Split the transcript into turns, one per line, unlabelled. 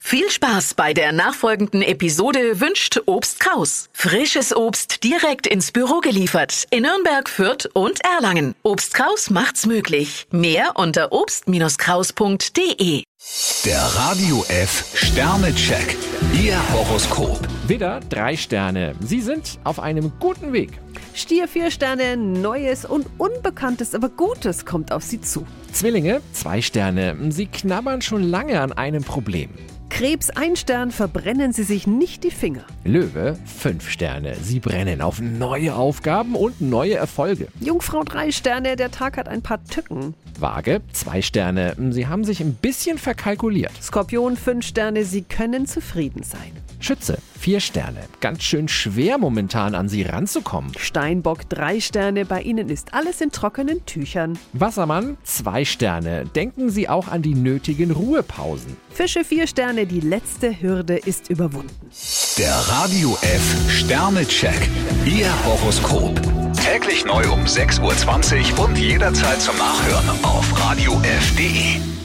Viel Spaß bei der nachfolgenden Episode wünscht Obst Kraus. Frisches Obst direkt ins Büro geliefert in Nürnberg, Fürth und Erlangen. Obst Kraus macht's möglich. Mehr unter obst-kraus.de.
Der Radio F Sternecheck. Ihr Horoskop.
Widder, drei Sterne. Sie sind auf einem guten Weg.
Stier vier Sterne, Neues und Unbekanntes, aber Gutes kommt auf Sie zu.
Zwillinge, zwei Sterne. Sie knabbern schon lange an einem Problem.
Krebs ein Stern, verbrennen Sie sich nicht die Finger.
Löwe, fünf Sterne. Sie brennen auf neue Aufgaben und neue Erfolge.
Jungfrau drei Sterne, der Tag hat ein paar Tücken.
Waage, zwei Sterne. Sie haben sich ein bisschen verkalkuliert.
Skorpion fünf Sterne, Sie können zufrieden sein.
Schütze, vier Sterne. Ganz schön schwer momentan an Sie ranzukommen.
Steinbock drei Sterne, bei Ihnen ist alles in trockenen Tüchern.
Wassermann, zwei Sterne. Denken Sie auch an die nötigen Ruhepausen.
Fische vier Sterne, die letzte Hürde ist überwunden.
Der Radio F Sternecheck. Ihr Horoskop. Täglich neu um 6.20 Uhr und jederzeit zum Nachhören auf Radio radiof.de.